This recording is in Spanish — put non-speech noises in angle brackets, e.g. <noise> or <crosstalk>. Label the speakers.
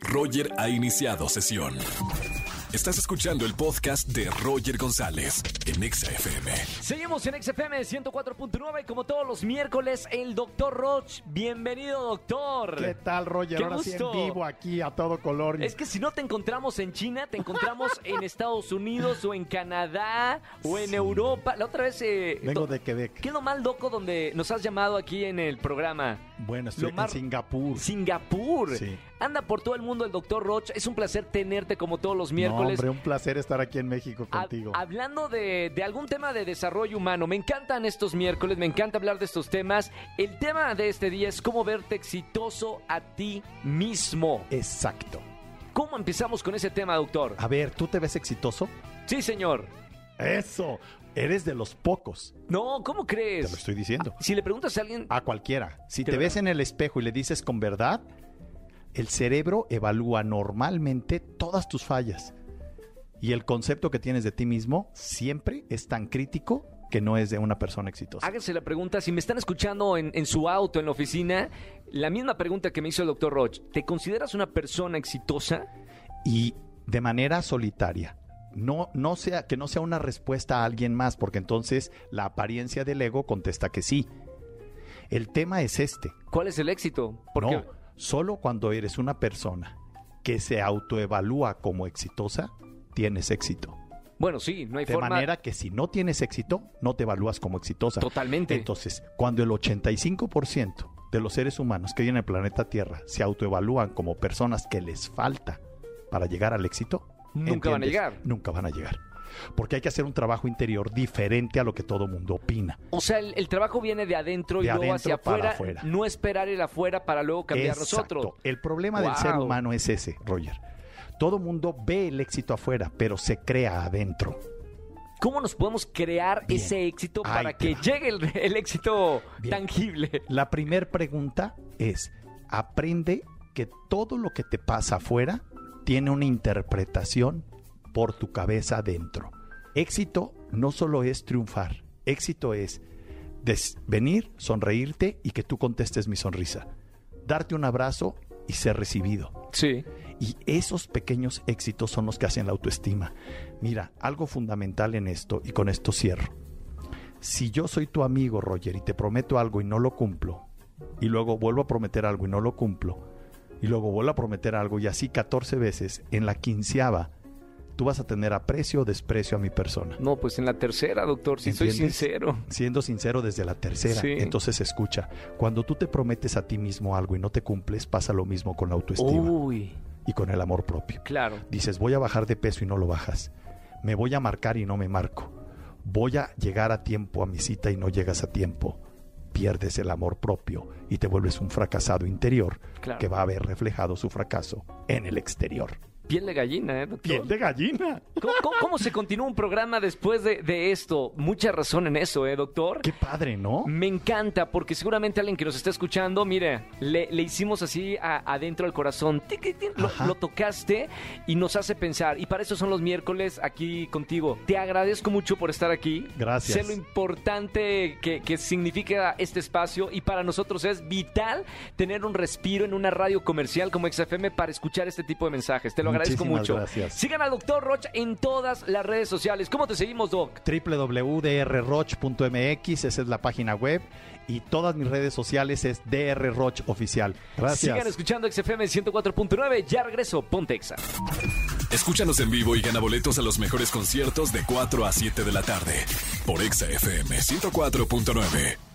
Speaker 1: Roger ha iniciado sesión. Estás escuchando el podcast de Roger González en Exa FM.
Speaker 2: Seguimos en XFM 104.9 y como todos los miércoles, el doctor Roch. Bienvenido, doctor.
Speaker 3: ¿Qué tal, Roger?
Speaker 2: Qué
Speaker 3: Ahora sí en
Speaker 2: gusto.
Speaker 3: vivo aquí a todo color.
Speaker 2: Es que si no te encontramos en China, te encontramos
Speaker 3: <laughs>
Speaker 2: en Estados Unidos o en Canadá o en Europa. La otra vez... eh,
Speaker 3: Vengo
Speaker 2: to-
Speaker 3: de Quebec.
Speaker 2: ¿Qué es lo más loco donde nos has llamado aquí en el programa?
Speaker 3: Bueno, estoy
Speaker 2: Lo más-
Speaker 3: en Singapur.
Speaker 2: Singapur.
Speaker 3: Sí.
Speaker 2: Anda por todo el mundo el doctor Roch. Es un placer tenerte como todos los
Speaker 3: No,
Speaker 2: miércoles.
Speaker 3: hombre, un placer estar aquí en México
Speaker 2: Ha-
Speaker 3: contigo.
Speaker 2: hablando de, de algún tema de desarrollo humano, me encantan estos miércoles, me encanta hablar de estos temas. El tema de este día es cómo verte exitoso a ti mismo.
Speaker 3: Exacto.
Speaker 2: ¿Cómo empezamos con ese tema, doctor?
Speaker 3: A ver, ¿tú te ves exitoso?
Speaker 2: Sí, señor.
Speaker 3: Eso. Eres de los pocos.
Speaker 2: No, ¿cómo
Speaker 3: Te lo
Speaker 2: crees?
Speaker 3: estoy Ah. diciendo.
Speaker 2: Si le preguntas a alguien,
Speaker 3: A cualquiera. Si
Speaker 2: Qué
Speaker 3: te ves
Speaker 2: verdad.
Speaker 3: en el espejo y le dices con verdad, el cerebro evalúa normalmente todas tus fallas. Y el concepto que tienes de ti mismo siempre es tan crítico que no es de una persona exitosa.
Speaker 2: háganse la pregunta, si me están escuchando en, en su auto, en la oficina, la misma pregunta que me hizo el doctor Roch, ¿te consideras una persona exitosa?
Speaker 3: y de manera solitaria. No, no sea, que no sea una respuesta a alguien más, porque entonces la apariencia del ego contesta que sí. El tema es este.
Speaker 2: ¿Cuál es el éxito?
Speaker 3: no,
Speaker 2: Porque
Speaker 3: solo cuando eres una persona que se autoevalúa como exitosa, tienes éxito.
Speaker 2: bueno, sí, no hay
Speaker 3: De
Speaker 2: forma
Speaker 3: manera que si no tienes éxito, no te evalúas como exitosa.
Speaker 2: totalmente.
Speaker 3: Entonces, cuando el 85% de los seres humanos que vienen al planeta Tierra se autoevalúan como personas que les falta para llegar al éxito,
Speaker 2: Nunca van a
Speaker 3: ¿entiendes?
Speaker 2: llegar.
Speaker 3: Nunca van a llegar. Porque hay que hacer un trabajo interior diferente a lo que todo mundo opina.
Speaker 2: O sea, el, el trabajo viene de adentro y
Speaker 3: De
Speaker 2: luego
Speaker 3: adentro
Speaker 2: hacia
Speaker 3: para
Speaker 2: afuera,
Speaker 3: afuera.
Speaker 2: No esperar el afuera para luego cambiar
Speaker 3: Exacto.
Speaker 2: nosotros.
Speaker 3: El problema del ser
Speaker 2: Wow.
Speaker 3: humano es ese, Roger. Todo mundo ve el éxito afuera, pero se crea adentro.
Speaker 2: ¿Cómo nos podemos crear
Speaker 3: Bien.
Speaker 2: ese éxito
Speaker 3: Ahí
Speaker 2: para
Speaker 3: te
Speaker 2: que
Speaker 3: va.
Speaker 2: llegue el, el éxito
Speaker 3: Bien.
Speaker 2: tangible?
Speaker 3: La primera pregunta es, aprende que todo lo que te pasa afuera tiene una interpretación por tu cabeza adentro. Éxito no solo es triunfar, éxito es des- venir, sonreírte y que tú contestes mi sonrisa, darte un abrazo y ser recibido.
Speaker 2: Sí.
Speaker 3: Y esos pequeños éxitos son los que hacen la autoestima. Mira, algo fundamental en esto, y con esto cierro. Si yo soy tu amigo, Roger, y te prometo algo y no lo cumplo, y luego vuelvo a prometer algo y no lo cumplo, y luego vuelvo a prometer algo y así 14 veces, en la quinceava, tú vas a tener aprecio o desprecio a mi persona.
Speaker 2: No, pues en la tercera, doctor, si soy
Speaker 3: ¿Entiendes?
Speaker 2: sincero.
Speaker 3: Siendo sincero desde la tercera,
Speaker 2: Sí.
Speaker 3: entonces escucha, cuando tú te prometes a ti mismo algo y no te cumples, pasa lo mismo con la autoestima
Speaker 2: Uy,
Speaker 3: y con el amor propio.
Speaker 2: claro.
Speaker 3: Dices, voy a bajar de peso y no lo bajas. Me voy a marcar y no me marco. Voy a llegar a tiempo a mi cita y no llegas a tiempo. Pierdes el amor propio y te vuelves un fracasado interior
Speaker 2: Claro.
Speaker 3: que va a ver reflejado su fracaso en el exterior.
Speaker 2: Piel de gallina, ¿eh, doctor?
Speaker 3: de gallina.
Speaker 2: ¿Cómo, cómo- cómo se continúa un programa después de, de esto? Mucha razón en eso, ¿eh, doctor?
Speaker 3: Qué padre, ¿no?
Speaker 2: Me encanta porque seguramente alguien que nos está escuchando, mire, le, le hicimos así a- adentro al corazón, tic, tic, tic, lo,
Speaker 3: Ajá.
Speaker 2: lo tocaste y nos hace pensar. Y para eso son los miércoles aquí contigo. Te agradezco mucho por estar aquí.
Speaker 3: Gracias.
Speaker 2: Sé lo importante que, que significa este espacio y para nosotros es vital tener un respiro en una radio comercial como XFM para escuchar este tipo de mensajes. Te lo agradezco
Speaker 3: Muchísimas
Speaker 2: mucho.
Speaker 3: gracias.
Speaker 2: Sigan al doctor Rocha en todas las redes sociales. ¿Cómo te seguimos, Doc?
Speaker 3: www.drroch.mx, esa es la página web. Y todas mis redes sociales es drroch oficial. Gracias.
Speaker 2: Sigan escuchando XFM 104.9. Ya regreso, Pontexa.
Speaker 1: Escúchanos en vivo y gana boletos a los mejores conciertos de 4 a 7 de la tarde por Exa FM 104.9.